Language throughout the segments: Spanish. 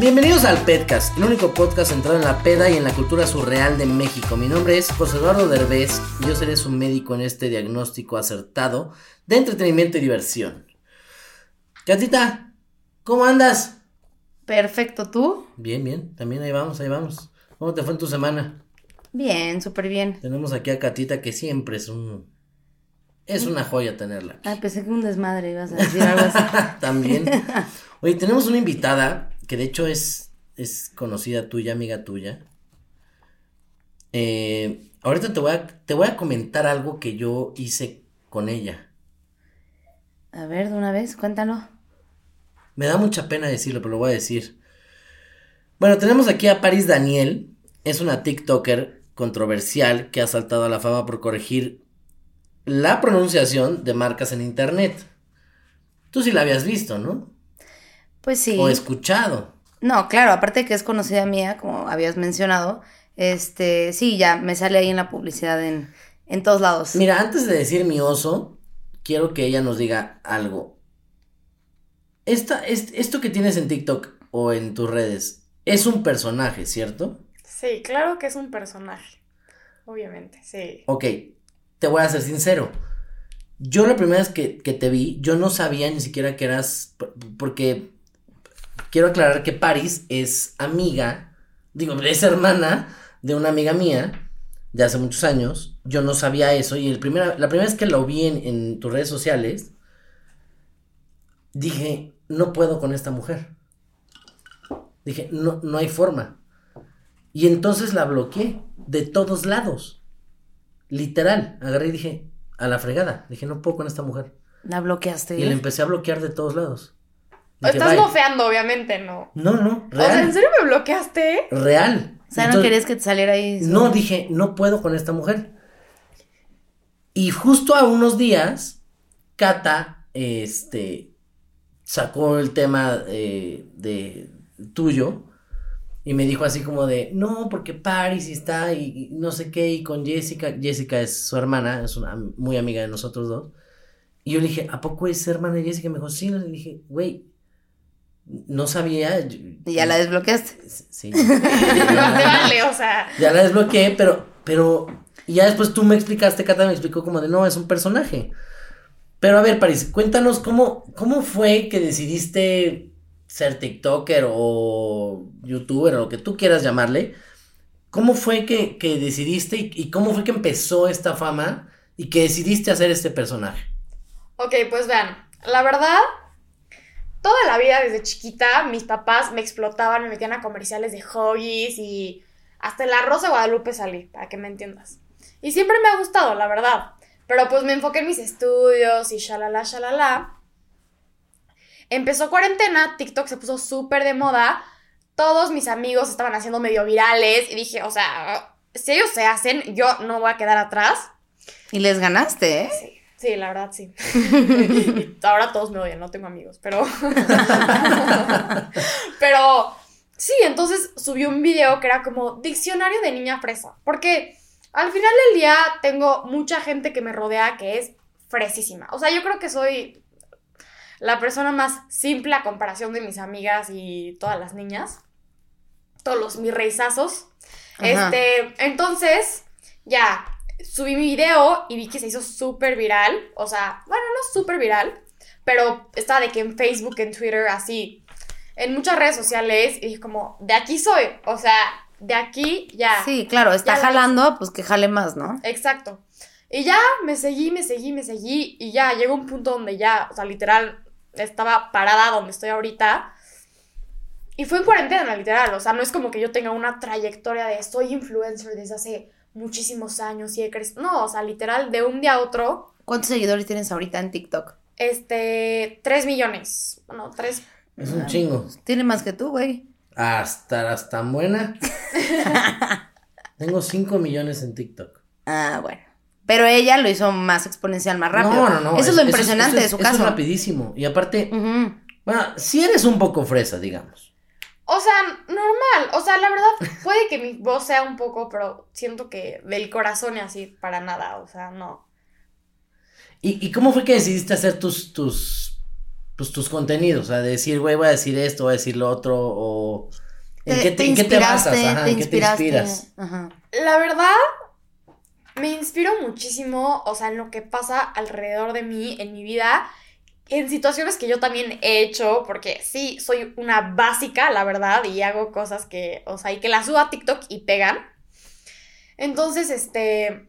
Bienvenidos al Petcast, el único podcast centrado en la peda y en la cultura surreal de México. Mi nombre es José Eduardo Derbez y yo seré su médico en este diagnóstico acertado de entretenimiento y diversión. Catita, ¿cómo andas? Perfecto, ¿tú? Bien, bien, también ahí vamos, ahí vamos. ¿Cómo te fue en tu semana? Bien, súper bien. Tenemos aquí a Catita que siempre es un... Es una joya tenerla. Ay, pensé que un desmadre ibas a decir algo así. También. Oye, tenemos una invitada que de hecho es, es conocida tuya, amiga tuya. Eh, ahorita te voy, a, te voy a comentar algo que yo hice con ella. A ver, de una vez, cuéntalo. Me da mucha pena decirlo, pero lo voy a decir. Bueno, tenemos aquí a Paris Daniel. Es una TikToker controversial que ha saltado a la fama por corregir la pronunciación de marcas en internet. Tú sí la habías visto, ¿no? Pues sí. O escuchado. No, claro, aparte que es conocida mía, como habías mencionado, este, sí, ya me sale ahí en la publicidad en, en todos lados. Mira, antes de decir mi oso, quiero que ella nos diga algo. Esta, est- esto que tienes en TikTok o en tus redes es un personaje, ¿cierto? Sí, claro que es un personaje. Obviamente, sí. Ok, te voy a ser sincero. Yo la primera vez que, que te vi, yo no sabía ni siquiera que eras, p- porque quiero aclarar que Paris es amiga, digo, es hermana de una amiga mía de hace muchos años. Yo no sabía eso y el primera, la primera vez que lo vi en, en tus redes sociales, dije, no puedo con esta mujer. Dije, no, no hay forma. Y entonces la bloqueé de todos lados. Literal, agarré y dije, a la fregada. Dije, no puedo con esta mujer. La bloqueaste. ¿eh? Y la empecé a bloquear de todos lados. O Dije, Estás "Bye". mofeando, obviamente, no. No, no, O sea, real. ¿en serio me bloqueaste? Real. O sea, no Entonces, querías que te saliera ahí. su- No, dije, no puedo con esta mujer. Y justo a unos días, Cata, este, sacó el tema eh, de tuyo y me dijo así como de, no, porque Paris está y, y no sé qué, y con Jessica, Jessica es su hermana, es una am- muy amiga de nosotros dos. Y yo le dije, ¿a poco es hermana de Jessica? Y me dijo, sí, le dije, güey, no sabía. yo- Y ya la desbloqueaste. Sí. No te vale, o sea. Ya la desbloqueé, pero, pero, y ya después tú me explicaste, Cata me explicó como de, no, es un personaje. Pero a ver, París, cuéntanos cómo, cómo fue que decidiste ser TikToker o YouTuber o lo que tú quieras llamarle. ¿Cómo fue que, que decidiste y, y cómo fue que empezó esta fama y que decidiste hacer este personaje? Ok, pues vean, la verdad, toda la vida desde chiquita, mis papás me explotaban, me metían a comerciales de hoggies y hasta en la Rosa de Guadalupe salí, para que me entiendas. Y siempre me ha gustado, la verdad. Pero pues me enfoqué en mis estudios y shalala, shalala. Empezó cuarentena, TikTok se puso súper de moda. Todos mis amigos estaban haciendo medio virales y dije, o sea, si ellos se hacen, yo no voy a quedar atrás. Y les ganaste, ¿eh? Sí, sí, la verdad sí. Y ahora todos me odian, no tengo amigos, pero. pero sí, entonces subí un video que era como diccionario de niña fresa. Porque al final del día tengo mucha gente que me rodea que es fresísima. O sea, yo creo que soy la persona más simple a comparación de mis amigas y todas las niñas. Todos los mis reizazos. Ajá. Este, entonces, ya, subí mi video y vi que se hizo súper viral. O sea, bueno, no súper viral, pero estaba de que en Facebook, en Twitter, así. En muchas redes sociales. Y dije como, de aquí soy. O sea, de aquí ya. Sí, claro, está Ya lo jalando, pues que jale más, ¿no? Exacto. Y ya me seguí, me seguí, me seguí. Y ya llegó un punto donde ya, o sea, literal, estaba parada donde estoy ahorita. Y fue en cuarentena, literal. O sea, no es como que yo tenga una trayectoria de soy influencer desde hace muchísimos años y he crecido. No, o sea, literal, de un día a otro, ¿Cuántos seguidores tienes ahorita en TikTok? este, 3 millones. Bueno, 3. Es un chingo. Tiene más que tú, güey. Hasta las tan buena. Tengo 5 millones en TikTok. Ah, bueno. Pero ella lo hizo más exponencial, más rápido. No, no, no. Eso es lo impresionante eso de su es- caso. Eso es rapidísimo. Y aparte, Ujú. bueno, si eres un poco fresa, digamos. O sea, normal. O sea, la verdad, puede que mi voz sea un poco, pero siento que del corazón y así, para nada. O sea, no. ¿Y, y cómo fue que decidiste hacer tus, tus, pues, tus contenidos? O sea, decir, güey, voy a decir esto, voy a decir lo otro, o... ¿En qué te, en qué te basas? inspiraste, Ajá, ¿En qué te inspiraste. inspiras? Ajá. La verdad, me inspiro muchísimo, o sea, en lo que pasa alrededor de mí, en mi vida, en situaciones que yo también he hecho, porque sí, soy una básica, la verdad, y hago cosas que, o sea, y que las subo a TikTok y pegan. Entonces, este,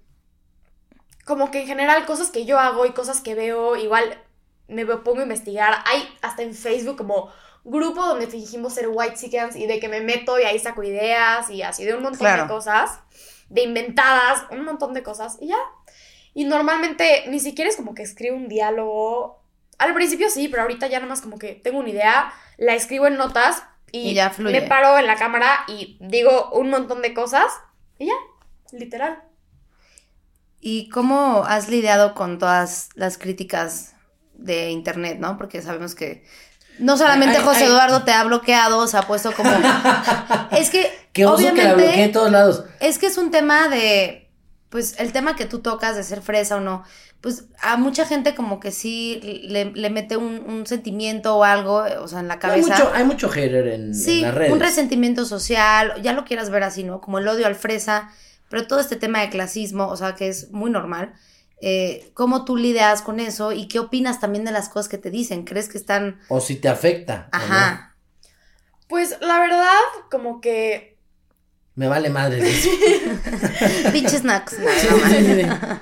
como que en general cosas que yo hago y cosas que veo, igual me pongo a investigar. Hay hasta en Facebook como grupo donde fingimos ser white chickens y de que me meto y ahí saco ideas y así de un montón Claro. de cosas, de inventadas, un montón de cosas y ya. Y normalmente ni siquiera es como que escribo un diálogo. Al principio sí, pero ahorita ya nada más como que tengo una idea, la escribo en notas y, Y ya fluye. me paro en la cámara y digo un montón de cosas y ya, literal. ¿Y cómo has lidiado con todas las críticas de internet, no? Porque sabemos que no solamente Ay, ay, José ay. Eduardo te ha bloqueado, se ha puesto como... es que, Que oso que la obviamente, bloqueé de todos lados. es que es un tema de... Pues el tema que tú tocas de ser fresa o no, pues a mucha gente como que sí le, le mete un, un sentimiento o algo, eh, o sea, en la Hay cabeza. mucho, hay mucho hater en, en Sí, las redes. un resentimiento social, ya lo quieras ver así, ¿no? Como el odio al fresa, pero todo este tema de clasismo, o sea, que es muy normal. Eh, ¿Cómo tú lidias con eso y qué opinas también de las cosas que te dicen? ¿Crees que están... O si te afecta. o no. Ajá. Pues la verdad, como que Me vale madre. Pinches snacks. nada más.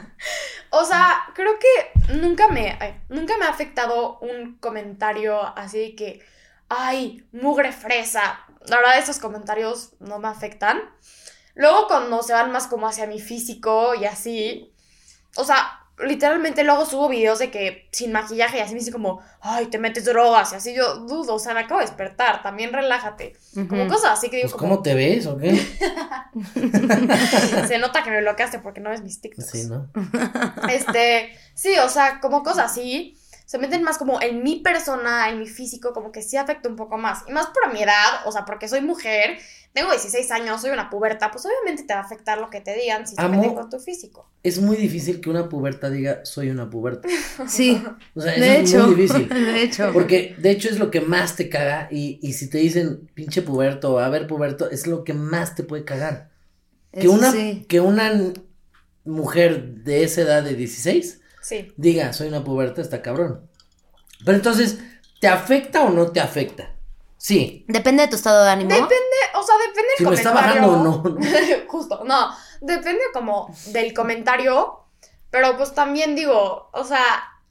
O sea, creo que nunca me, ay, nunca me ha afectado un comentario así de que, ay, mugre fresa. La verdad, esos comentarios no me afectan. Luego cuando se van más como hacia mi físico y así, o sea, literalmente luego subo videos de que sin maquillaje y así me dicen como, ay, te metes drogas y así yo dudo, o sea, me acabo de despertar, también relájate. Como Ujú. cosas así que digo, Pues, como, ¿Cómo te ves o qué? se nota que me bloqueaste porque no ves mis TikToks. Sí, ¿no? Este, sí, o sea, como cosas así, se meten más como en mi persona, en mi físico, como que sí afecta un poco más. Y más por mi edad, o sea, porque soy mujer, tengo 16 años, soy una puberta, pues obviamente te va a afectar lo que te digan si se Amo. meten con tu físico. Es muy difícil que una puberta diga, soy una puberta. Sí, O sea, eso de es hecho. muy difícil. De hecho. Porque de hecho es lo que más te caga y, y si te dicen pinche puberto o a ver puberto, es lo que más te puede cagar. Que Eso una, sí. que una n- mujer de esa edad de 16 Sí. diga, soy una puberta, está cabrón. Pero entonces, ¿te afecta o no te afecta? Sí. Depende de tu estado de ánimo. Depende, o sea, depende del Si me está comentario. bajando o no. Justo, no, depende como del comentario, pero pues también digo, o sea,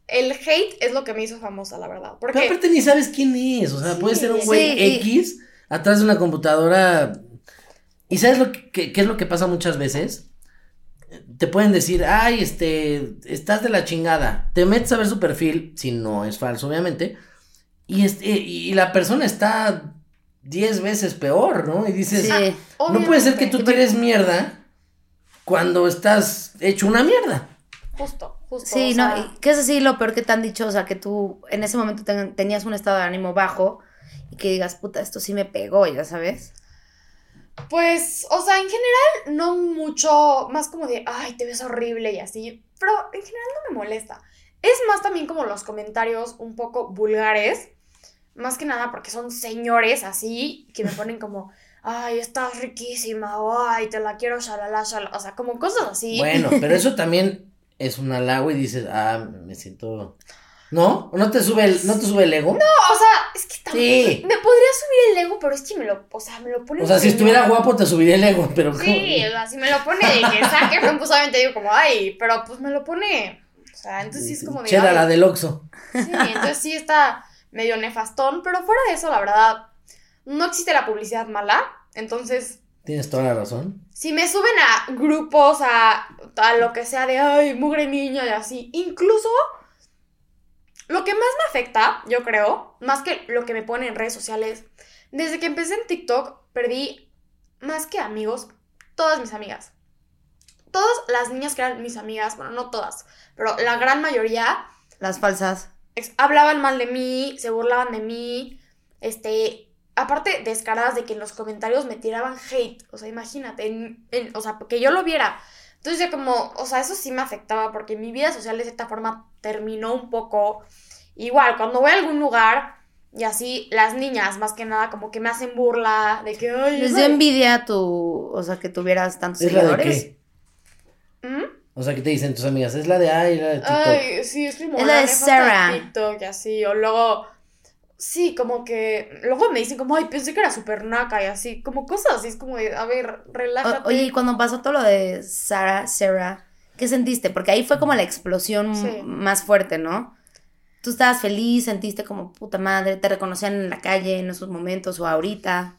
el hate es lo que me hizo famosa, la verdad. Porque... Pero aparte ni sabes quién es. O sea, Sí, puede ser un güey sí, y- X atrás de una computadora. ¿Y sabes lo que, que- qué es lo que pasa muchas veces? Te pueden decir, ay, este, estás de la chingada. Te metes a ver su perfil, si no es falso, obviamente. Y, este, y la persona está 10 veces peor, ¿no? Y dices, "Ah, Sí. no puede ser que obviamente. tú tires mierda cuando estás hecho una mierda. Justo, justo. Sí, o no, sea, y que es así lo peor que te han dicho, o sea, que tú en ese momento ten- tenías un estado de ánimo bajo y que digas, puta, esto sí me pegó, ya sabes. Pues, o sea, en general, no mucho, más como de, ay, te ves horrible y así, pero en general no me molesta. Es más también como los comentarios un poco vulgares, más que nada porque son señores así, que me ponen como, ay, estás riquísima, o ay, te la quiero, shalala, shalala. O sea, como cosas así. Bueno, pero eso también es un halago y dices, ah, me siento. ¿No? ¿No te sube el, no te sube el ego? No, o sea, es que también. Sí. Me podría subir el ego, pero es que me lo. O sea, me lo pone. O sea, si muy estuviera mal. guapo te subiría el ego, pero ¿cómo? Sí, o sea, si me lo pone de que saque, pues obviamente digo como, ay, pero pues me lo pone. O sea, entonces sí es como de. Chela, ay, la del Oxxo. Sí, entonces sí está medio nefastón, pero fuera de eso, la verdad, no existe la publicidad mala. Entonces, Tienes toda la razón. si me suben a grupos, a, a lo que sea de, ay, mugre niña y así, incluso lo que más me afecta, yo creo, más que lo que me pone en redes sociales, desde que empecé en TikTok, perdí más que amigos, todas mis amigas. Todas las niñas que eran mis amigas, bueno, no todas, pero la gran mayoría Las falsas. ex- hablaban mal de mí, se burlaban de mí, este, aparte descaradas de que en los comentarios me tiraban hate, o sea, imagínate, en- en- o sea, que yo lo viera. Entonces yo como, o sea, eso sí me afectaba porque mi vida social de cierta forma terminó un poco. Igual, cuando voy a algún lugar y así, las niñas más que nada como que me hacen burla de que, ay, Les dio ay". envidia tu, o sea, que tuvieras tantos ¿Es la de seguidores. qué? ¿Mm? O sea, ¿qué te dicen tus amigas? Es la de ay, la de TikTok. Ay, sí, es que Es la de Sarah. TikTok y así, o luego, sí, como que, luego me dicen como, ay, pensé que era super naca y así, como cosas así, es como, de, a ver, relájate. O- oye, y cuando pasó todo lo de Sara, Sarah, ¿qué sentiste? Porque ahí fue como la explosión Sí. más fuerte, ¿no? Tú estabas feliz, sentiste como puta madre, te reconocían en la calle en esos momentos o ahorita.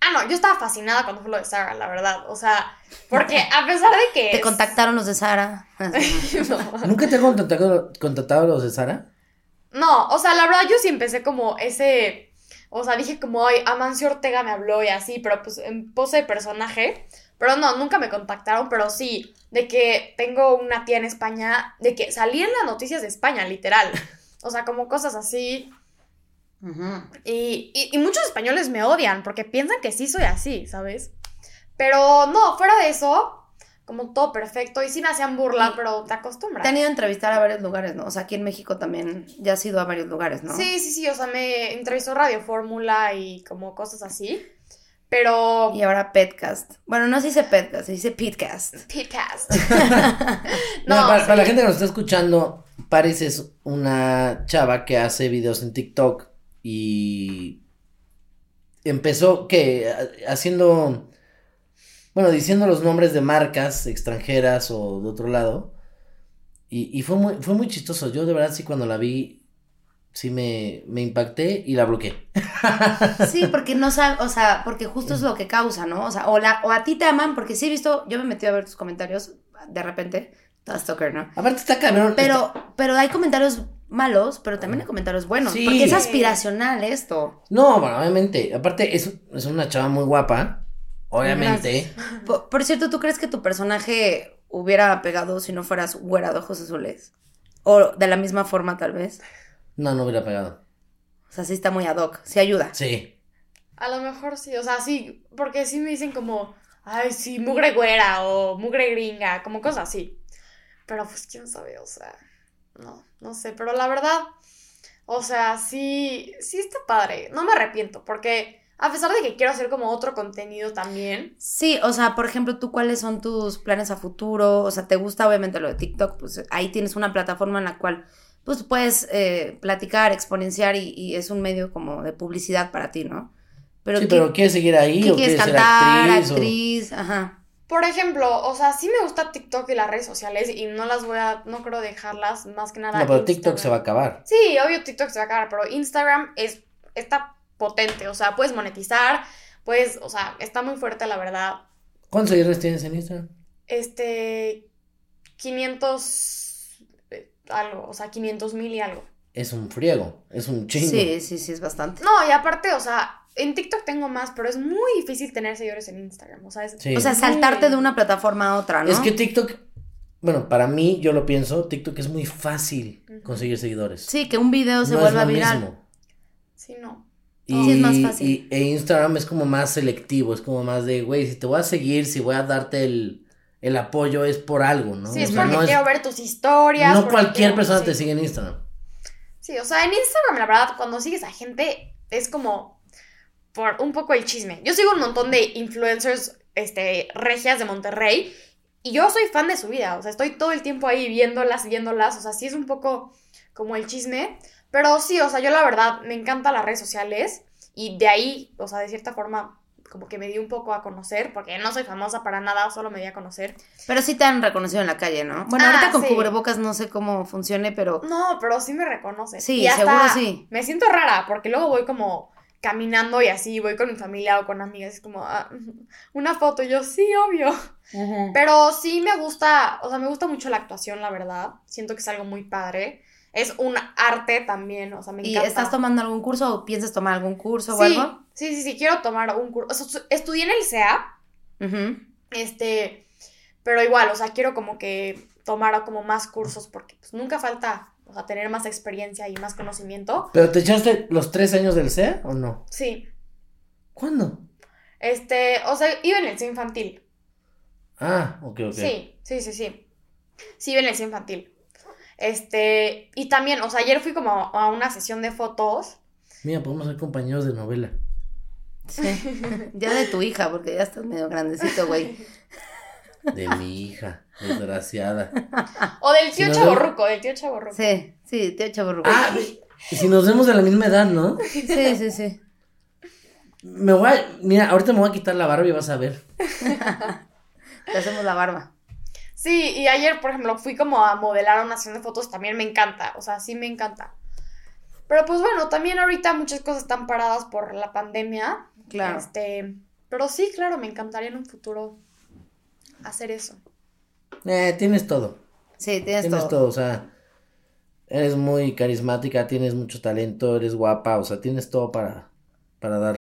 Ah, no, yo estaba fascinada cuando fue lo de Sarah, la verdad, o sea, porque a pesar de que... Te contactaron los de Sara. No. ¿Nunca te han contactado, contactado los de Sara? No, o sea, la verdad yo sí empecé como ese, o sea, dije como, ay, Amancio Ortega me habló y así, pero pues en pose de personaje, pero no, nunca me contactaron, pero sí, de que tengo una tía en España, de que salí en las noticias de España, literal, o sea, como cosas así, Ujú. y, y- y muchos españoles me odian porque piensan que sí soy así, ¿sabes? Pero no, fuera de eso, como todo perfecto, y sí me hacían burla, pero te acostumbras. Te han ido a entrevistar a varios lugares, ¿no? O sea, aquí en México también ya has ido a varios lugares, ¿no? Sí, sí, sí, o sea, me entrevistó Radio Fórmula y como cosas así. Pero. Y ahora Petcast. Bueno, no se dice Petcast, se dice Pitcast. Podcast. No, no, para, sí. para la gente que nos está escuchando, Paris es una chava que hace videos en TikTok y empezó que haciendo, bueno, diciendo los nombres de marcas extranjeras o de otro lado. Y, y fue, muy, fue muy chistoso. Yo de verdad sí cuando la vi, sí me, me impacté y la bloqueé. Sí, porque no saben, o sea, porque justo es lo que causa, ¿no? O sea, o, la, o a ti te aman, porque sí he visto, yo me he metido a ver tus comentarios de repente, toda stalker, ¿no? Aparte está cabrón. Pero, pero hay comentarios malos, pero también hay comentarios buenos, Sí. porque es aspiracional esto. No, bueno, obviamente. Aparte es, es una chava muy guapa. Obviamente. Por, por cierto, ¿tú crees que tu personaje hubiera pegado si no fueras güera de ojos azules? O de la misma forma, tal vez. No, no hubiera pegado. O sea, sí está muy ad hoc, sí ayuda. Sí. A lo mejor sí, o sea, sí, porque sí me dicen como, ay, sí, mugre güera o mugre gringa, como cosas así. Pero pues quién sabe, o sea, no, no sé, pero la verdad, o sea, sí, sí está padre. No me arrepiento, porque a pesar de que quiero hacer como otro contenido también, Sí, o sea, por ejemplo, tú cuáles son tus planes a futuro, o sea, te gusta obviamente lo de TikTok, pues ahí tienes una plataforma en la cual pues puedes eh, platicar, exponenciar y, y es un medio como de publicidad para ti, ¿no? Pero, sí, ¿qué, pero ¿quieres seguir ahí qué o quieres quieres cantar, ser actriz? actriz? o- Ajá. Por ejemplo, o sea, sí me gusta TikTok y las redes sociales y no las voy a, no creo dejarlas más que nada. No, pero TikTok Instagram. se va a acabar. Sí, obvio TikTok se va a acabar, pero Instagram es, está potente, o sea, puedes monetizar, puedes, o sea, está muy fuerte la verdad. ¿Cuántos seguidores tienes en Instagram? Este, 500 eh, algo, o sea, 500 mil y algo. Es un friego, es un chingo. Sí, sí, sí, es bastante. No, y aparte, o sea, en TikTok tengo más, pero es muy difícil tener seguidores en Instagram, o sea, es... Sí. O sea, saltarte de una plataforma a otra, ¿no? Es que TikTok, bueno, para mí, yo lo pienso, TikTok es muy fácil conseguir seguidores. Sí, que un video se No es vuelva lo viral. mismo. Sí, no. Y, Sí, es más fácil. y- e Instagram es como más selectivo, es como más de, güey, si te voy a seguir, si voy a darte el, el apoyo, es por algo, ¿no? Sí, es O sea, porque no es- quiero ver tus historias. no porque cualquier quiero- persona te sí. sigue en Instagram. Sí, o sea, en Instagram, la verdad, cuando sigues a gente, es como. por un poco el chisme. Yo sigo un montón de influencers este, regias de Monterrey y yo soy fan de su vida, o sea, estoy todo el tiempo ahí viéndolas, viéndolas, o sea, sí es un poco como el chisme, pero sí, o sea, yo la verdad me encantan las redes sociales y de ahí, o sea, de cierta forma como que me di un poco a conocer, porque no soy famosa para nada, solo me di a conocer. Pero sí te han reconocido en la calle, ¿no? Bueno, Ah, ahorita con sí. cubrebocas no sé cómo funcione, pero No, pero sí me reconocen. Sí, Y hasta seguro sí. Me siento rara porque luego voy como caminando y así, voy con mi familia o con amigas, es como ah, una foto y yo sí, obvio. Pero sí me gusta, o sea, me gusta mucho la actuación, la verdad. Siento que es algo muy padre. Es un arte también, o sea, me ¿Y encanta. estás tomando algún curso o piensas tomar algún curso o sí, algo? sí, sí, sí, quiero tomar un curso. O sea, estudié en el CEA, Ujú. este, pero igual, o sea, quiero como que tomar como más cursos porque pues, nunca falta, o sea, tener más experiencia y más conocimiento. ¿Pero te echaste los tres años del CEA o no? Sí, ¿Cuándo? Este, o sea, iba en el C infantil. Ah, ok, ok. Sí, sí, sí, sí. Sí, iba en el C infantil. Este, y también, o sea, ayer fui como a una sesión de fotos. Mira, podemos ser compañeros de novela. Sí. ya de tu hija, porque ya estás medio grandecito, güey. De mi hija, desgraciada. O del tío Si no, Chaborruco, del tío Chaborruco. Sí, sí, te echa borruco. Ah, y si nos vemos de la misma edad, ¿no? Sí, sí, sí. Me voy a, mira, ahorita me voy a quitar la barba y vas a ver. Te hacemos la barba. Sí, y ayer, por ejemplo, fui como a modelar una sesión de fotos, también me encanta, o sea, sí me encanta. Pero pues bueno, también ahorita muchas cosas están paradas por la pandemia. Claro. Este, pero sí, claro, me encantaría en un futuro hacer eso. Eh, tienes todo. Sí, tienes, tienes todo. todo. o sea, eres muy carismática, tienes mucho talento, eres guapa, o sea, tienes todo para, para dar.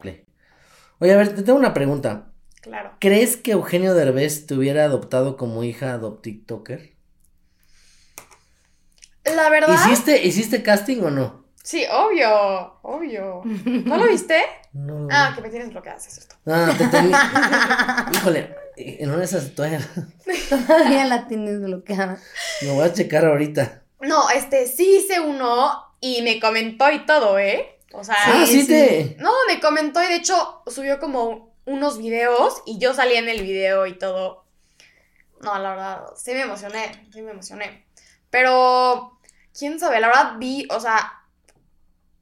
play. Oye, a ver, te tengo una pregunta. Claro. ¿Crees que Eugenio Derbez te hubiera adoptado como hija adoptiktoker? La verdad. ¿Hiciste, ¿Hiciste casting o no? Sí, obvio, obvio. ¿No lo viste? No. lo Ah, que me tienes bloqueada, sí, es cierto. Ah, te tenía- Híjole, en una de esas todavía Todavía la tienes bloqueada. me voy a checar ahorita. No, este, sí hice uno y me comentó y todo, ¿eh? O sea, ah, sí, sí. te. no, me comentó y de hecho subió como unos videos y yo salí en el video y todo. No, la verdad, sí me emocioné, sí me emocioné. Pero, quién sabe, la verdad vi, o sea,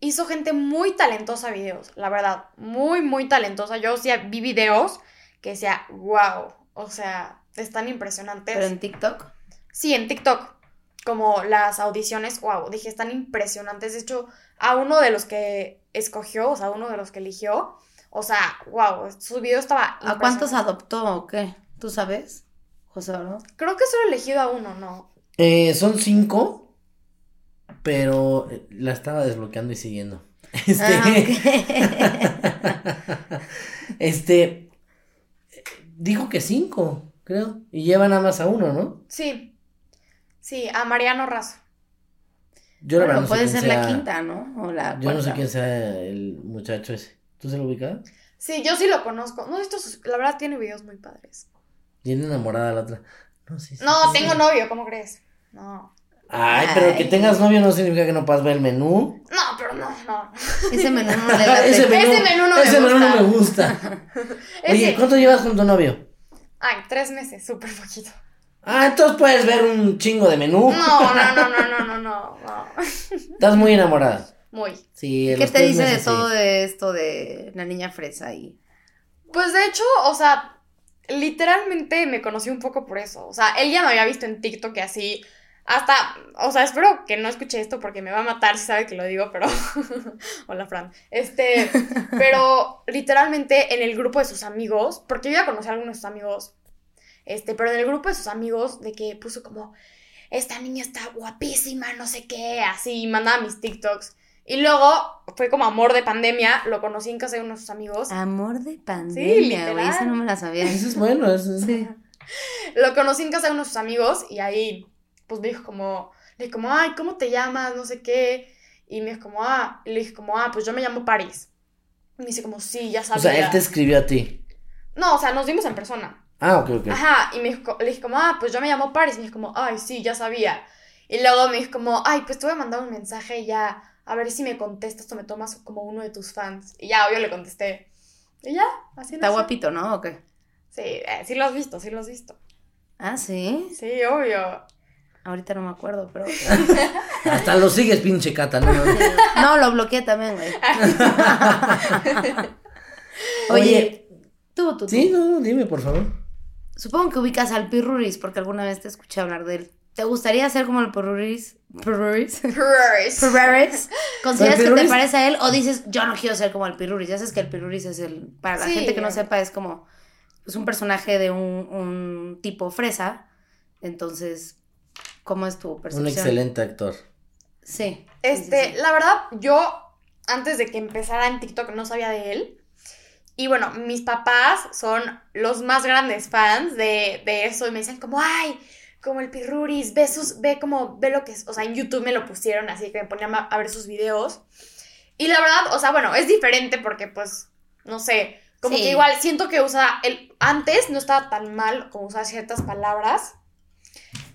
hizo gente muy talentosa videos, la verdad, muy, muy talentosa. Yo sí vi videos que decía, wow, o sea, están impresionantes. Pero en TikTok. Sí, en TikTok. Como las audiciones, wow, dije, están impresionantes. De hecho, a uno de los que escogió, o sea, a uno de los que eligió, o sea, wow, su video estaba ¿A cuántos impresionante. adoptó o qué? ¿Tú sabes? José Oro. Creo que solo he elegido a uno, ¿no? Eh, son cinco, pero eh, la estaba desbloqueando y siguiendo. Ah, Este, este dijo que cinco, creo, y lleva nada más a uno, ¿no? Sí. Sí, a Mariano Razo. Yo la verdad no sé puede quién ser la sea- quinta, ¿no? O la Yo no sé cuarta. quién sea el muchacho ese. ¿Tú se lo ubicabas? Sí, yo sí lo conozco. No, esto, la verdad, tiene videos muy padres. Tiene enamorada la otra. No, sí, sí, No, sí. tengo novio, ¿cómo crees? No. Ay, pero que Ay. tengas novio no significa que no puedas ver el menú. Ah, No, pero no, no. Ese menú no le late. ese menú, ese menú no me ese menú gusta. no me gusta. Oye, Ese- ¿cuánto llevas con tu novio? Ay, tres meses, súper poquito. Ah, entonces puedes ver un chingo de menú. No, no, no, no, no, no, no. no. Estás muy enamorada. Muy. Sí, ¿Qué los te tres dice de meses, sí. todo de esto de la niña fresa y Pues de hecho, o sea, literalmente me conocí un poco por eso. O sea, él ya me había visto en TikTok y así. Hasta, o sea, espero que no escuche esto porque me va a matar si sabe que lo digo, pero. Hola, Fran. Este, pero literalmente en el grupo de sus amigos, porque yo ya conocí a algunos de sus amigos, este, pero en el grupo de sus amigos, de que puso como, esta niña está guapísima, no sé qué, así, y mandaba mis TikToks. Y luego fue como amor de pandemia, lo conocí en casa de uno de sus amigos. Amor de pandemia, güey. literal. Esa no me la sabía. Eso es bueno. eso es- Sí. Lo conocí en casa de uno de sus amigos y ahí, pues me dijo como, le dije como, ay, ¿cómo te llamas? No sé qué. Y me dijo como, ah, y le dije como, ah, pues yo me llamo París. Y me dice como, sí, ya O sabía. sea, este él te escribió a ti. No, o sea, nos vimos en persona. Ah, ok, ok. Ajá, y me dijo, le dije como, ah, pues yo me llamo París. Y me dijo como, ay, sí, ya sabía. Y luego me dijo como, ay, pues te voy a mandar un mensaje y ya, a ver si me contestas o me tomas como uno de tus fans. Y ya, obvio, le contesté. Y ya, así Está nació. guapito, ¿no? ¿O qué? Sí, eh, sí lo has visto, sí lo has visto. Ah, sí. Sí, obvio. Ahorita no me acuerdo, pero. Hasta lo sigues, pinche cata. ¿no? No, lo bloqueé también, güey. Oye, Oye. tú, tú, tú. Sí, no, no, dime, por favor. Supongo que ubicas al Pirruris porque alguna vez te escuché hablar de él. ¿Te gustaría ser como el Pirruris? ¿Pirruris? ¿Pirruris? ¿Consideras Pero el que te Pirruris- parece a él o dices, yo no quiero ser como el Pirruris? Ya sabes que el Pirruris es el. Para la Sí, gente que no ya. sepa, es como. Es un personaje de un, un tipo fresa. Entonces, ¿cómo es tu percepción? Un excelente actor. Sí. Este, sí, sí, sí. la verdad, yo antes de que empezara en TikTok no sabía de él. Y bueno, mis papás son los más grandes fans de, de eso y me dicen como, ay, como el Pirruris, ve sus, ve como, ve lo que es, o sea, en YouTube me lo pusieron así que me ponían a, a ver sus videos. Y la verdad, o sea, bueno, es diferente porque pues, no sé, como Sí. que igual siento que usa, el, antes no estaba tan mal como usar ciertas palabras.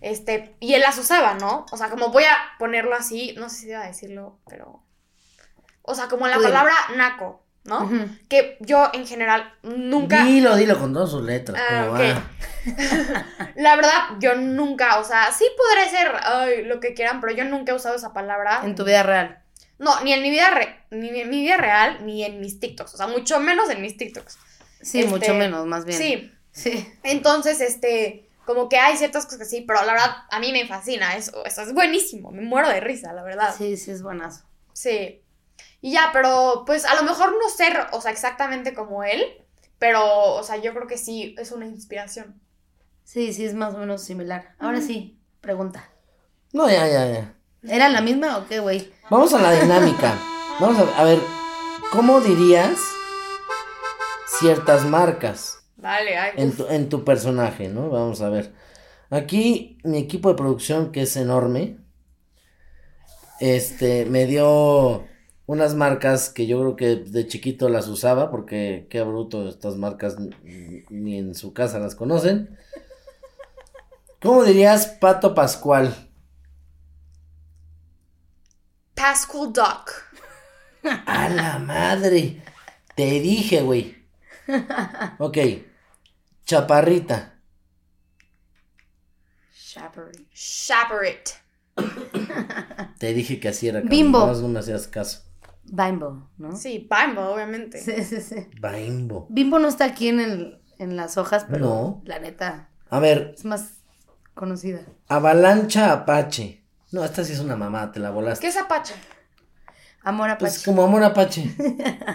Este, y él las usaba, ¿no? O sea, como voy a ponerlo así, no sé si iba a decirlo, pero... O sea, como la Tú dime. palabra naco, ¿no? Ujú. que yo en general nunca, Dilo, dilo con todas sus letras. Ah, como ok. va. la verdad, yo nunca, o sea, sí podré ser ay, lo que quieran, pero yo nunca he usado esa palabra. En tu vida real. No, ni en mi vida re- ni en mi vida real, ni en mis TikToks, o sea, mucho menos en mis TikToks. Sí, Este, mucho menos, más bien. Sí, Sí. entonces, este, como que hay ciertas cosas que sí, pero la verdad, a mí me fascina, eso, eso es buenísimo, me muero de risa, la verdad. Sí, sí, es buenazo. Sí. Y ya, pero pues a lo mejor no ser, o sea, exactamente como él, pero, o sea, yo creo que sí es una inspiración. Sí, sí, es más o menos similar. Ahora sí, pregunta. No, ya, ya, ya. ¿Era la misma o qué, güey? Vamos a la dinámica. Vamos a, a ver, ¿cómo dirías ciertas marcas Vale, ay, pues. en tu, en tu personaje, no? Vamos a ver. Aquí mi equipo de producción, que es enorme, este, me dio unas marcas que yo creo que de chiquito las usaba, porque qué bruto, estas marcas n- ni en su casa las conocen. ¿Cómo dirías Pato Pascual? Pascal Duck. A la madre. Te dije, güey. Ok. Chaparrita. Chaparrita. Shaperit. Te dije que así era. cabrón. Bimbo. Nada más no me hacías caso. Bimbo, ¿no? Sí, Bimbo, obviamente. sí, sí, sí. Bimbo. Bimbo no está aquí en, el, en las hojas, pero No. la neta A ver, es más conocida. avalancha apache. No, esta sí es una mamá, te la volaste. ¿Qué es Apache? Amor a Pues como amor apache.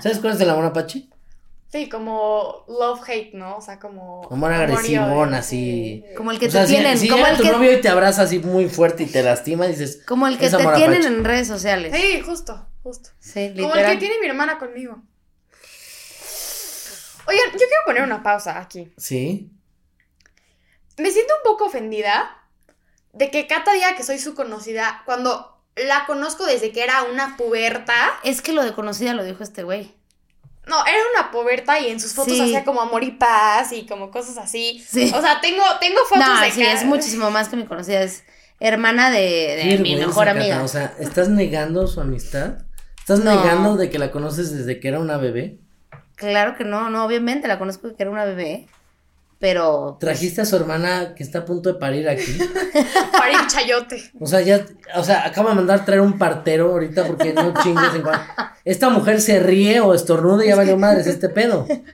¿Sabes cuál es el amor apache? Sí, como love hate, ¿no? O sea, como. Amor y agresivón, odio. así. Como el que O sea, te si- tienen, Si, como, llega el tu que, novio y te abraza así muy fuerte y te lastima, dices. como el que es te amor tienen apache. en redes sociales. Sí, justo, justo. Sí, literal. Como el que tiene mi hermana conmigo. Oigan, yo quiero poner una pausa aquí. Sí. Me siento un poco ofendida de que Cata diga que soy su conocida cuando la conozco desde que era una puberta. Es que lo de conocida lo dijo este güey. No, era una puberta y en sus fotos Sí. hacía como amor y paz y como cosas así. Sí. O sea, tengo, tengo fotos No, de sí, Cata. es muchísimo más que mi conocida. Es hermana de, de Qué mi vergüenza, mejor Cata, amiga. O sea, ¿estás negando su amistad? ¿Estás No. negando de que la conoces desde que era una bebé? Claro que no, no, obviamente la conozco de que era una bebé, pero Trajiste a su hermana que está a punto de parir aquí. Para ir chayote. O sea, ya, o sea, acaba de mandar traer un partero ahorita porque no chingues en cuanto. Esta mujer se ríe o estornuda y ya valió madres este pedo. Es que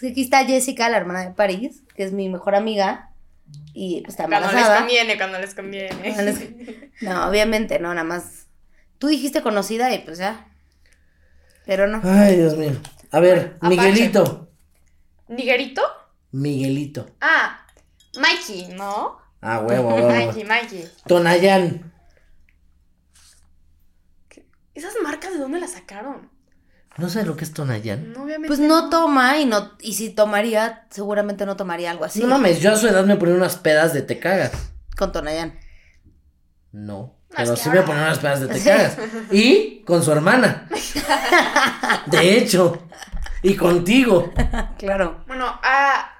pues, aquí está Jessica, la hermana de París, que es mi mejor amiga. Y pues, está Cuando les embarazada. conviene, cuando les conviene. Cuando les- No, obviamente, no, nada más. Tú dijiste conocida y pues ya. Pero no. Ay, Dios mío. A ver, Apache. Miguelito. ¿Niguerito? Miguelito. Ah, Mikey, ¿no? Ah, huevo, huevo. Mikey, Mikey. Tonayán. ¿Esas marcas de dónde las sacaron? ¿No sabes lo que es Tonayán? No, obviamente. Pues no toma y no y si tomaría, seguramente no tomaría algo así. No mames, yo a su edad me ponía unas pedas de te cagas. Con Tonayán. No. es Pero que sí me ahora- ponía unas pedas de te cagas. Y con su hermana. De hecho. Y contigo. Claro. Bueno, a,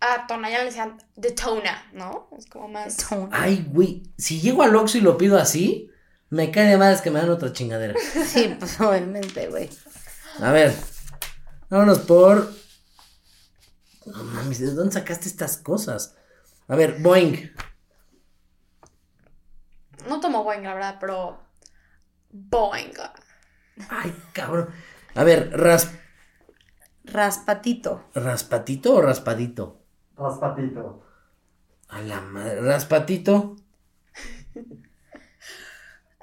a Tonaya le decían Detona, ¿no? Es como más. Ay, güey. Si llego al Oxxo y lo pido así, me cae de madres que me dan otra chingadera. Sí, pues obviamente, güey. A ver. Vámonos por. No mames, ¿de dónde sacaste estas cosas? A ver, Boeing. No tomo Boeing, la verdad, pero. Boeing. Ay, cabrón. A ver, ras... Raspatito. ¿raspatito o raspadito? Raspatito. A la madre. ¿Raspatito?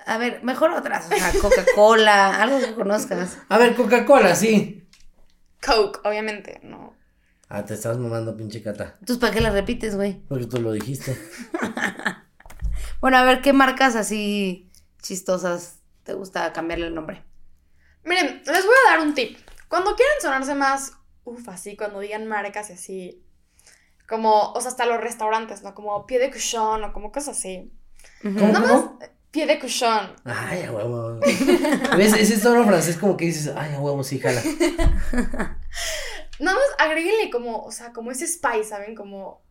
A ver, mejor otras. O sea, Coca-Cola, algo que conozcas. A ver, Coca-Cola, sí. Coke, obviamente, ¿no? Ah, te estás mamando, pinche cata. Entonces, ¿para qué las repites, güey? Porque tú lo dijiste. Bueno, a ver, ¿qué marcas así chistosas te gusta cambiarle el nombre? Miren, les voy a dar un tip. Cuando quieran sonarse más, uff, así, cuando digan marcas y así, como, o sea, hasta los restaurantes, ¿no? Como pie de cuchón o como cosas así. ¿Cómo, Nada cómo? más, eh, pie de cuchón. Ay, a huevo. ¿Ves? Ese tono francés como que dices, ay, a huevo, sí, jala. Nada más agréguenle como, o sea, como ese spice, ¿saben? Como,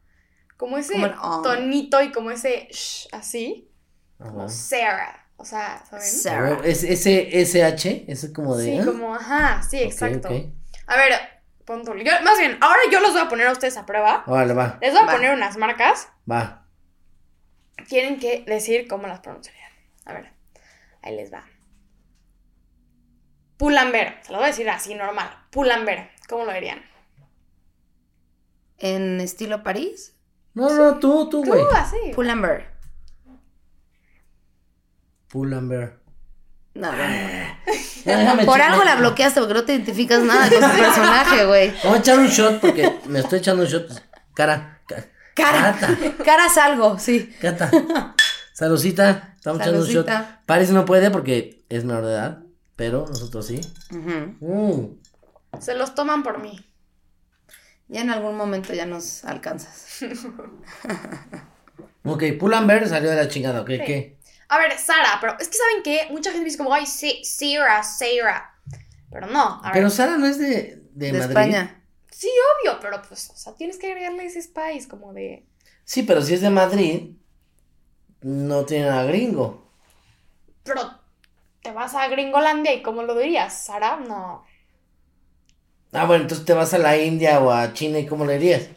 como ese Como el, ah. tonito y como ese shh, así. Ah, A Como huevo. Sarah, o sea, ¿saben? Sí, A huevo. ¿Es, ese SH, ese como de. Sí, ah? como, ajá, sí, Ok, exacto. ok. A ver, pon tu- yo- más bien, ahora yo los voy a poner a ustedes a prueba. Órale, va, Les voy a Va. poner unas marcas. va. Tienen que decir cómo las pronunciarían. A ver, ahí les va. Pulamber, se lo voy a decir así, normal. Pulamber, ¿cómo lo dirían? En estilo París. No, no, tú, tú, Tú, güey. Uh, así. Pull&Bear. Pull&Bear. No, bueno. Déjame Por echar- algo la bloqueaste porque no te identificas nada con su personaje, güey. Vamos a echar un shot porque me estoy echando un shot. Cara, ca- Cara, cara salgo, sí. cata. Salucita, estamos echando un Salucita. shot. Parece no puede porque es menor de edad, pero nosotros sí. Ujú. Mm. Se los toman por mí. Ya en algún momento ya nos alcanzas. Ok, Pull&Bear salió de la chingada, ok, ¿qué? A ver, Sara, pero es que saben que mucha gente me dice como, ay, sí, Sarah, Sarah. Pero no, a ver. Pero Sara no es de, de, De, Madrid. España. Sí, obvio, pero pues, o sea, tienes que agregarle ese spice como de. Sí, pero si es de Madrid, no tiene nada gringo. Pero te vas a Gringolandia y ¿cómo lo dirías? Sara, no. Ah, bueno, entonces te vas a la India o a China y ¿cómo le dirías?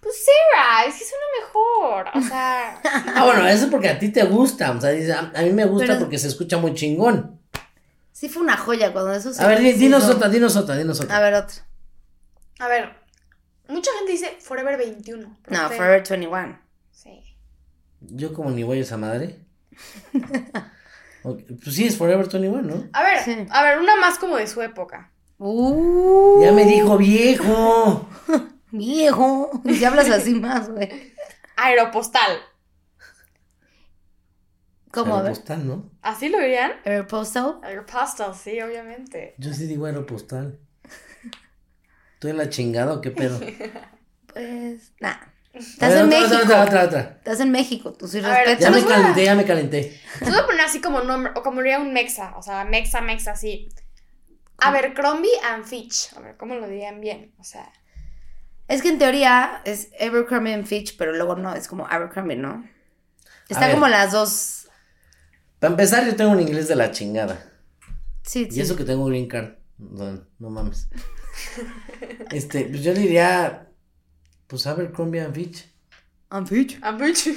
Pues Sarah, es que suena mejor. O sea, Ah, bueno, eso es porque a ti te gusta. O sea, dices, a, a mí me gusta Pero- porque se escucha muy chingón. Sí fue una joya cuando eso se A ver, di- se dinos hizo. otra, dinos otra, dinos otra. A ver, otra. a ver, mucha gente dice Forever 21. pero No, te- Forever 21. Sí. Yo como ni voy a esa madre. Ok, Pues sí, es Forever 21, ¿no? A ver, Sí. a ver, una más como de su época. Uh, Ya me dijo viejo. viejo. Y hablas así más, güey. Aeropostal. ¿Cómo? A ver. Aeropostal, pues ¿no? ¿Así lo dirían? Aeropostal. Aeropostal, sí, obviamente. Yo sí digo aeropostal. ¿Estoy en la chingada o qué pedo? Pues, nada. A Estás ver, en otra, otra, otra, México. otra, otra. Estás en México, tú sí A ver, respetas. Ya Se me los voy a- calenté, ya me calenté. Te voy a poner así como nombre, o como diría un mexa, o sea, mexa, mexa, así. Abercrombie and Fitch. A ver, ¿cómo lo dirían bien? O sea, Es que en teoría es Abercrombie and Fitch, pero luego no, es como Abercrombie, ¿no? A Está ver. como las dos. Para empezar, yo tengo un inglés de la chingada. Sí, sí. Y eso que tengo green card. No, no mames. Este, pues yo le diría. Pues Abercrombie and Fitch. And Fitch. a Fitch.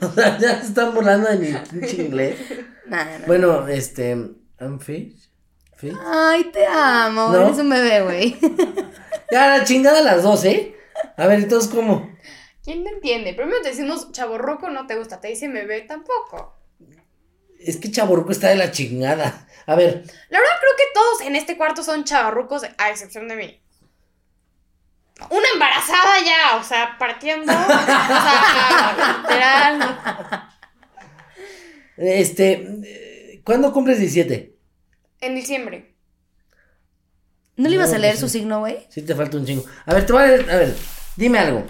O sea, ya se están volando de mi pinche inglés. Nada, nada. Bueno, este. I'm Fitch. ¿Sí? Ay, te amo. ¿No? Eres un bebé, güey. Ya, la chingada las dos, ¿eh? A ver, entonces, ¿cómo? ¿Quién te entiende? Primero te decimos chaborruco, no te gusta. Te dice bebé, tampoco. Es que Chaborruco está de la chingada. A ver, La verdad, creo que todos en este cuarto son chaborrucos, a excepción de mí. Una embarazada ya, o sea, partiendo. o sea, literal. este, eh, ¿cuándo cumples 17? En diciembre. ¿No le ibas No, a leer pues su signo, güey? Sí, te falta un chingo. A ver, te voy a, a ver, dime algo.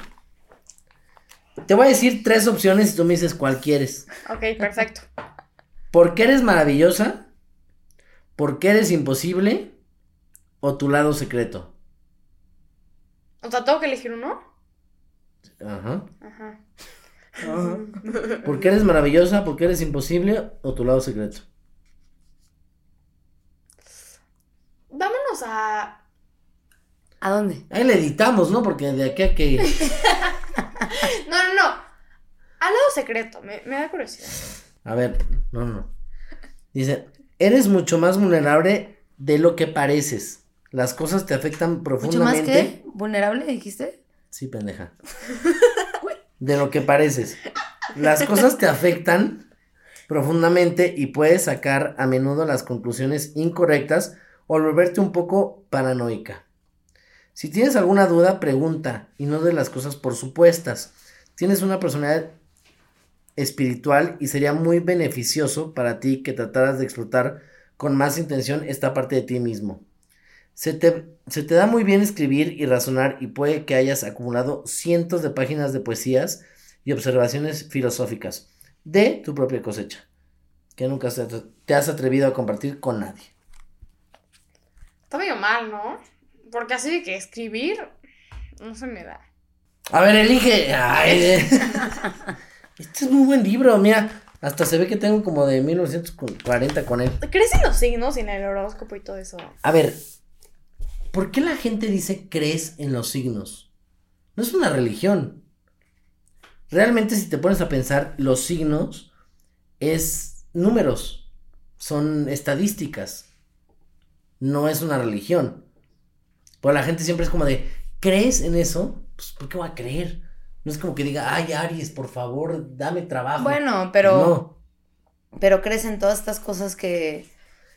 Te voy a decir tres opciones y tú me dices cuál quieres. Ok, perfecto. ¿Porque eres maravillosa? ¿Porque eres imposible? ¿O tu lado secreto? O sea, tengo que elegir uno. Ajá. Ajá. ¿Porque eres maravillosa? ¿Porque eres imposible? ¿O tu lado secreto? Vámonos a. ¿A dónde? Ahí le editamos, ¿no? Porque de aquí a que... No, no, no. Al lado secreto, me, me da curiosidad. A ver, no, no. Dice, eres mucho más vulnerable de lo que pareces. Las cosas te afectan ¿Mucho más profundamente. que vulnerable, dijiste? Sí, pendeja. De lo que pareces. Las cosas te afectan profundamente y puedes sacar a menudo las conclusiones incorrectas o volverte un poco paranoica. Si tienes alguna duda, pregunta y no de las cosas por supuestas. Tienes una personalidad espiritual y sería muy beneficioso para ti que trataras de explotar con más intención esta parte de ti mismo. Se te, se te da muy bien escribir y razonar y puede que hayas acumulado cientos de páginas de poesías y observaciones filosóficas de tu propia cosecha, que nunca se- te has atrevido a compartir con nadie. Está medio mal, ¿no? Porque así de que escribir no se me da. A ver, elige. Ay, eh. este es muy buen libro, mira, hasta se ve que tengo como de 1940 con él. ¿Crees en los signos y en el horóscopo y todo eso? A ver, ¿por qué la gente dice crees en los signos? No es una religión. Realmente si te pones a pensar, los signos es números, son estadísticas, no es una religión. Pero la gente siempre es como de, ¿crees en eso? Pues, ¿por qué va a creer? No es como que diga, ay, Aries, por favor, dame trabajo. Bueno, pero, No, pero crees en todas estas cosas que...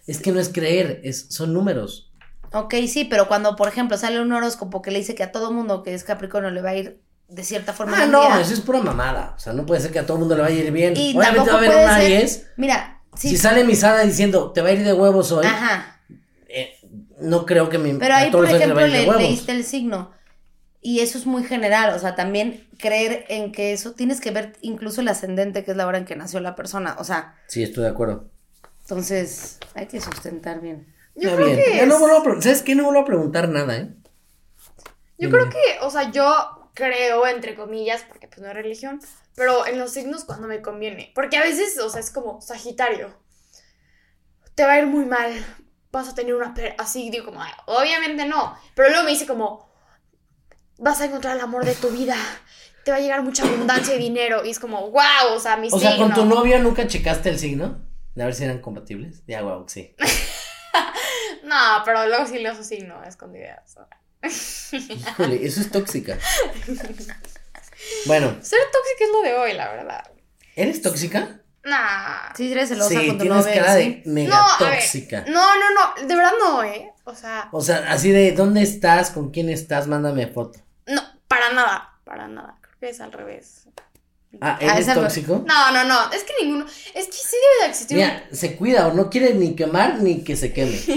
es que no es creer, es, son números. Ok, sí, pero cuando, por ejemplo, sale un horóscopo que le dice que a todo mundo que es Capricornio le va a ir de cierta forma... Ah, un no, día, eso es pura mamada. O sea, no puede ser que a todo el mundo le vaya a ir bien. Y Obviamente tampoco va a haber puede un ser- Aries. Mira, sí. Si sale mi Sara diciendo, te va a ir de huevos hoy, Ajá. eh, no creo que mi, Pero a ahí, todos por los Aries ejemplo, le, le vaya a ir de huevos. leíste el signo. Y eso es muy general, o sea, también creer en que eso tienes que ver incluso el ascendente, que es la hora en que nació la persona. O sea, Sí, estoy de acuerdo. entonces hay que sustentar bien. Yo Está creo bien. que. Ya no es- vuelvo a pre- ¿Sabes qué? No vuelvo a preguntar nada, ¿eh? Yo creo que, o sea, yo creo, entre comillas, porque pues no es religión, pero en los signos cuando me conviene. Porque a veces, o sea, es como Sagitario. Te va a ir muy mal. Vas a tener una. per- Así, digo, como, "Ay, obviamente no. Pero luego me dice, como, vas a encontrar el amor de tu vida. Te va a llegar mucha abundancia y dinero. Y es como, wow, o sea, mi O sea, signo. con tu novio nunca checaste el signo. De a ver si eran compatibles. Ya, wow, sí. No, pero luego sí leo su signo, escondidas. Híjole, eso es tóxica. Bueno, Ser tóxica es lo de hoy, la verdad. ¿eres tóxica? Nah. Sí, eres celosa Sí, con tu tienes novio. cara sí. de mega a ver, tóxica. No, no, no. De verdad no, ¿eh? O sea, O sea, así de, ¿dónde estás? ¿Con quién estás? Mándame foto. no, para nada. Para nada. Creo que es al revés. Ah, Ah, ¿eres esa- tóxico? No, no, no. Es que ninguno. Es que sí debe de existir. un- Mira, se cuida o no quiere ni quemar ni que se queme. sí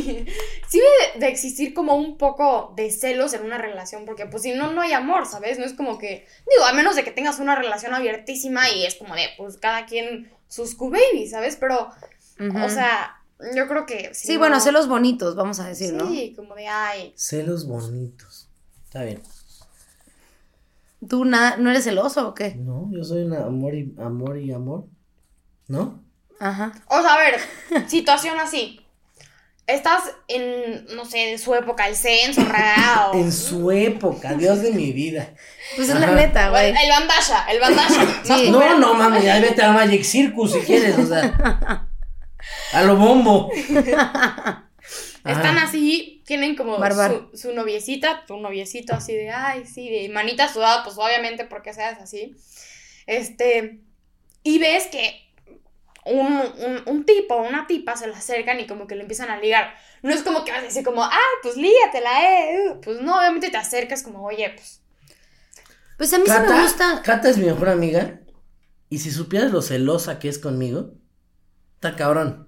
debe de, de existir como un poco de celos en una relación. Porque, pues, si no, no hay amor, ¿sabes? No es como que. Digo, a menos de que tengas una relación abiertísima y es como de, pues, cada quien sus Q-babies, ¿sabes? Pero, Ujú. o sea, yo creo que. si Sí, no- bueno, celos bonitos, vamos a decir, Sí, ¿no? como de, ay. Celos bonitos. Está bien. ¿Tú na- no eres celoso o qué? No, yo soy un amor y amor y amor. ¿No? Ajá. O sea, a ver, situación así. Estás en, no sé, de su época, el censo, ragado. En su época, Dios de mi vida. Pues es la Ajá. neta, güey. El bandasha, el bandasha. Sí. No, no, mami, ya vete a Magic Circus si quieres, o sea. A lo bombo. Están así, tienen como Barbar. su, su noviecita, tu noviecito así de, ay, sí, de manita sudada, pues obviamente porque seas así. Este, y ves que un, un, un tipo o una tipa se lo acercan y como que lo empiezan a ligar. No es como que vas a decir como, ah, pues lígatela, eh. uh, Pues no, obviamente te acercas como, oye, pues, Pues a mí sí me gusta. Cata, Cata es mi mejor amiga. Y si supieras lo celosa que es conmigo, está cabrón.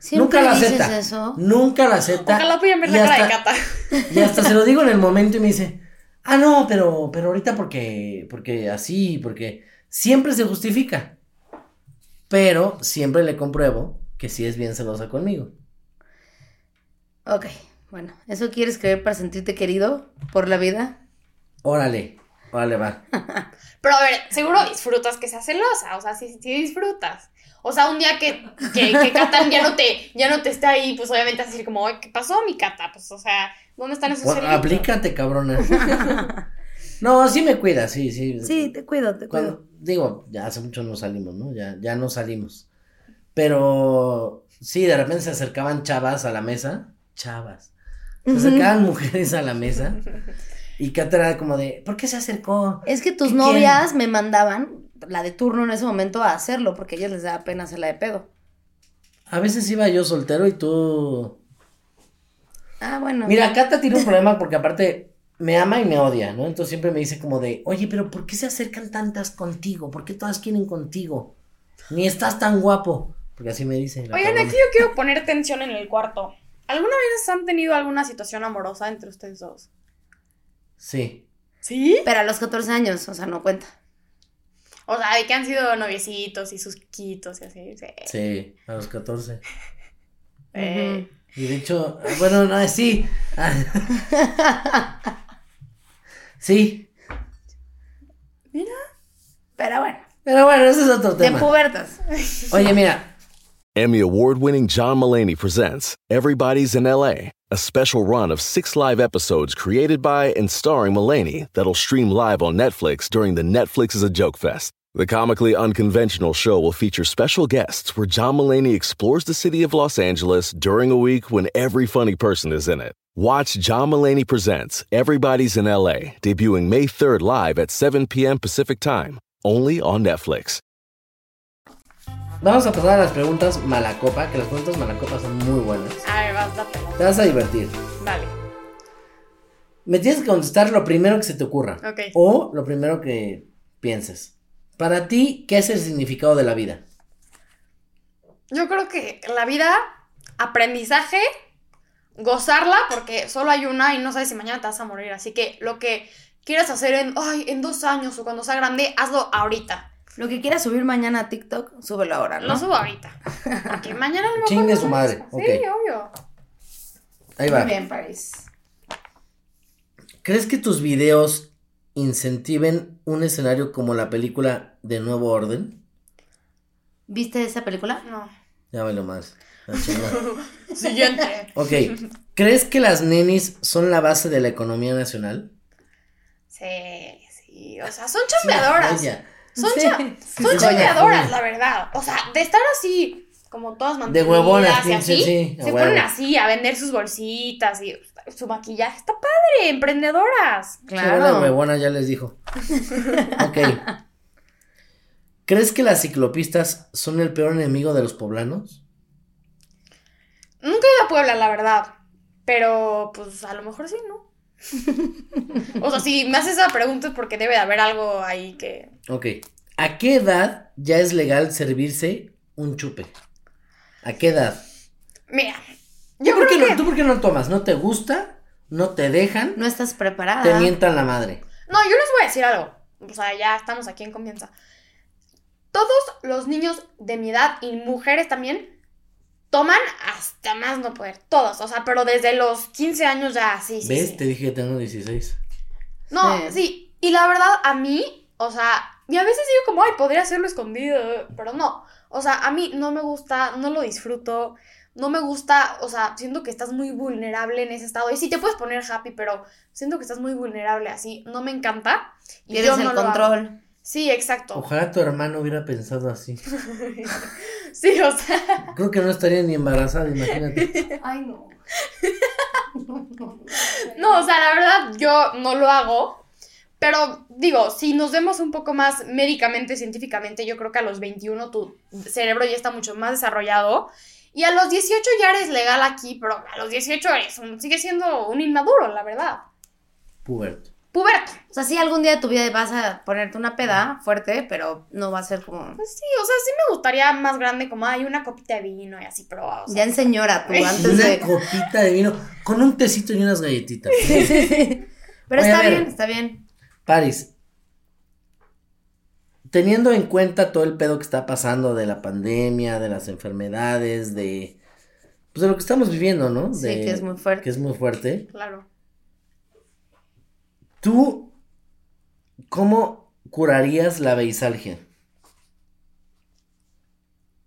Siempre Nunca la dices acepta. eso. Nunca la acepta. ojalá pudieran ver Y la cara de hasta- Cata. Y hasta se lo digo en el momento y me dice, ah, no, pero, pero ahorita porque, porque así, porque siempre se justifica. Pero siempre le compruebo que sí es bien celosa conmigo. Ok, bueno, ¿eso quieres creer para sentirte querido por la vida? Órale, órale, va. Pero a ver, seguro disfrutas que seas celosa, o sea, sí, sí disfrutas. O sea, un día que, que, que Catán ya no te, ya no te está ahí, pues obviamente vas a decir como, "Ay, ¿qué pasó, mi Cata? Pues, o sea, ¿dónde están esos Bueno, celos? aplícate, cabrona. No, sí me cuida, sí, sí. Sí, te cuido, te cuido. Cuando- digo, ya hace mucho no salimos, ¿no? Ya, ya no salimos. Pero sí, de repente se acercaban chavas a la mesa. Chavas. Se acercaban mujeres a la mesa. Y Cata era como de, ¿por qué se acercó? Es que tus ¿Qué novias me mandaban, la de turno en ese momento, a hacerlo, porque a ellas les daba pena hacerla de pedo. A veces iba yo soltero y tú. Ah, bueno. Mira, Cata tiene un problema porque aparte me ama y me odia, ¿no? Entonces siempre me dice como de, oye, pero ¿por qué se acercan tantas contigo? ¿Por qué todas quieren contigo? Ni estás tan guapo. Porque así me dice. la Oigan, cabrona. aquí yo quiero poner tensión en el cuarto. ¿Alguna vez han tenido alguna situación amorosa entre ustedes dos? Sí. ¿Sí? Pero a los 14 años, o sea, no cuenta. O sea, de que han sido noviecitos y sus quitos y así. Sí. Sí, a los 14. Eh, Y de hecho, ah, bueno, no, sí. Sí. Pero bueno, Pero bueno, ese es otro de tema. pubertas. Oye, mira, Emmy award winning John Mullaney presents Everybody's in LA, a special run of six live episodes created by and starring Mullaney that'll stream live on Netflix during the Netflix is a Joke Fest. The comically unconventional show will feature special guests where John Mullaney explores the city of Los Angeles during a week when every funny person is in it. Watch John Mullaney Presents Everybody's in LA, debuting May 3rd live at 7 p.m. Pacific Time, only on Netflix. vamos a pasar a las preguntas malacopa, que las preguntas malacopa son muy buenas. a ver, vas, dátela. Te vas a divertir. Vale. Me tienes que contestar lo primero que se te ocurra. Ok. O lo primero que pienses. Para ti, ¿qué es el significado de la vida? Yo creo que la vida, aprendizaje, gozarla, porque solo hay una y no sabes si mañana te vas a morir. Así que lo que quieras hacer en, ay, en dos años o cuando sea grande, hazlo ahorita. Lo que quieras subir mañana a TikTok, súbelo ahora, ¿no? No subo ahorita. Porque mañana a lo mejor Chingue no su me madre, gusta. ok. Sí, obvio. Ahí va. Muy bien, París. ¿Crees que tus videos incentiven un escenario como la película de Nuevo Orden? ¿Viste esa película? No. Ya vale más. La chingada. Siguiente. Ok, ¿crees que las nenis son la base de la economía nacional? Sí, sí. O sea, son chambeadoras. Oye, Son, Sí, cha- sí, son sí. chambeadoras, la verdad. O sea, de estar así, como todas De mantenidas huevonas, y pinche, así, sí, a se huevo. ponen así a vender sus bolsitas y su maquillaje. Está padre, emprendedoras. qué buena Claro. huevona, ya les dijo. Ok. ¿Crees que las ciclopistas son el peor enemigo de los poblanos? Nunca he ido a Puebla, la verdad. Pero, pues, a lo mejor sí, ¿no? o sea, si me haces esa pregunta es porque debe de haber algo ahí que... Ok. ¿A qué edad ya es legal servirse un chupe? ¿A qué edad? Mira, ¿Tú yo por, creo qué que... no, ¿Tú por qué no tomas? ¿No te gusta? ¿No te dejan? No estás preparada. Te mientan la madre. No, yo les voy a decir algo. O sea, ya estamos aquí en confianza. Todos los niños de mi edad y mujeres también toman hasta más no poder. Todos, o sea, pero desde los 15 años ya, sí, sí. ¿Ves? sí. Te dije que tengo 16. No, Sí. sí. Y la verdad, a mí, o sea, y a veces digo como, ay, podría hacerlo escondido, pero no. O sea, a mí no me gusta, no lo disfruto, no me gusta, o sea, siento que estás muy vulnerable en ese estado. Y sí, te puedes poner happy, pero siento que estás muy vulnerable así, no me encanta. Y Pierdes yo no el lo hago. control. Sí, exacto. Ojalá tu hermano hubiera pensado así. Sí, o sea, Creo que no estaría ni embarazada, imagínate. Ay, no. no, o sea, la verdad yo no lo hago. Pero digo, si nos vemos un poco más médicamente, científicamente, yo creo que a los 21 tu cerebro ya está mucho más desarrollado. Y a los 18 ya eres legal aquí, pero a los 18 eres un, sigue siendo un inmaduro, la verdad. Puberto. Puberto. O sea, sí, algún día de tu vida vas a ponerte una peda fuerte, pero no va a ser como. Pues sí, o sea, sí me gustaría más grande, como hay una copita de vino y así, pero o sea, Ya en señora, tú, antes Una de. copita de vino con un tecito y unas galletitas. Pero Oye, a está ver. bien, está bien. Paris, teniendo en cuenta todo el pedo que está pasando de la pandemia, de las enfermedades, de pues de lo que estamos viviendo, ¿no? Sí, De- que es muy fuerte. Que es muy fuerte. claro. ¿Tú cómo curarías la beisalgia?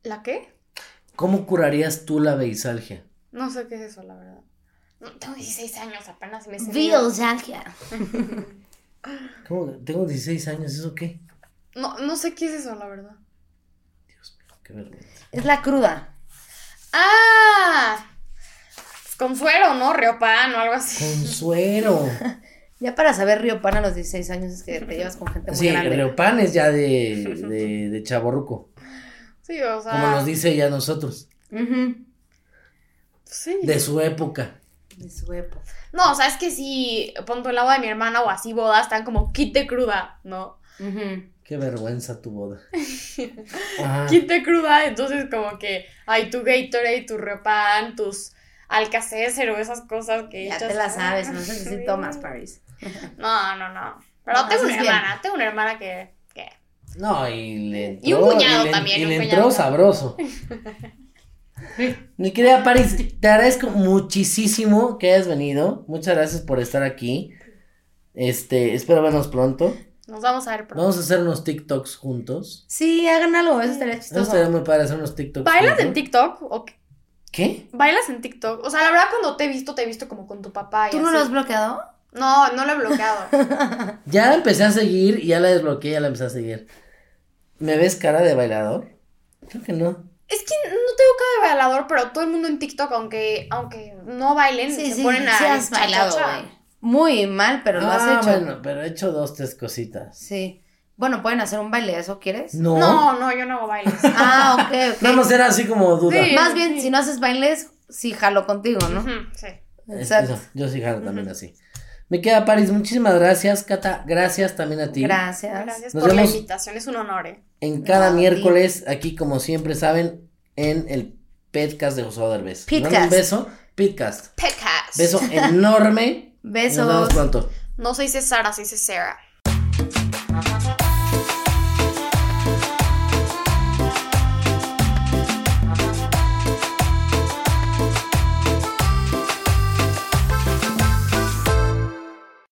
¿La qué? ¿Cómo curarías tú la beisalgia? No sé qué es eso, la verdad. No, tengo 16 años apenas y me sé- Vilsangia. ¿Cómo? Tengo 16 años, ¿eso qué? No, no sé qué es eso, la verdad. Qué vergüenza. Es la cruda. ¡Ah! Pues Con suero, ¿no? Riopan o algo así. Con suero. Ya para saber Río Pan a los 16 años es que te llevas con gente muy Sí, grande. Leopan es ya de, de, de chaborruco, Sí, o sea. como nos dice ya nosotros, Ujú, Sí. de su época. De su época. No, o sea, es que si pongo el agua de mi hermana o así bodas, están como kit de cruda, ¿no? Ujú. Qué vergüenza tu boda. Ah, Kit de cruda, entonces como que hay tu Gatorade, tu Riopan, tus Alcacer o esas cosas que Ya echas- te la sabes, no sé si tomas, Paris. No, no, no. Pero No, tengo una haces bien. hermana, tengo una hermana que. que... no, y le entró, Y un cuñado y le- también, Y le un entró cuñado. sabroso. Mi querida Paris, te agradezco muchísimo que hayas venido. Muchas gracias por estar aquí. Este, espero vernos pronto. Nos vamos a ver pronto. Vamos a hacer unos TikToks juntos. Sí, hagan algo, eso estaría Eso chistoso. estaría muy padre hacer unos TikToks. ¿Bailas en juntos. TikTok? ¿O qué? ¿Qué? ¿Bailas en TikTok? O sea, la verdad, cuando te he visto, te he visto como con tu papá. Y ¿Tú no así. lo has bloqueado? No, no lo he bloqueado. Ya la empecé a seguir y ya la desbloqueé, ya la empecé a seguir. ¿Me ves cara de bailador? Creo que no. es que no tengo cara de bailador, pero todo el mundo en TikTok, aunque, aunque no bailen, Sí, se sí, ponen a. sí has bailado, cha-cha-cha. güey. Muy mal, pero lo has Ah, hecho. bueno, pero he hecho dos, tres cositas. Sí. Bueno, pueden hacer un baile, ¿eso quieres? No. No, no, yo no hago bailes. Ah, ok, ok. Nada más era así como duda. Sí. Más bien, si no haces bailes, sí jalo contigo, ¿no? Ujú, sí. Es- Exacto. eso, yo sí jalo también así. Me queda París, muchísimas gracias, Cata. Gracias también a ti. Gracias. Gracias Nos por la vemos. invitación, es un honor. eh. En cada A ti. miércoles, aquí como siempre saben, en el podcast de José Derbez. Les mando Un Pitcast. beso, podcast. Pecas. Beso enorme. Nos vemos Besos. pronto. No se dice Sara, se dice Sarah.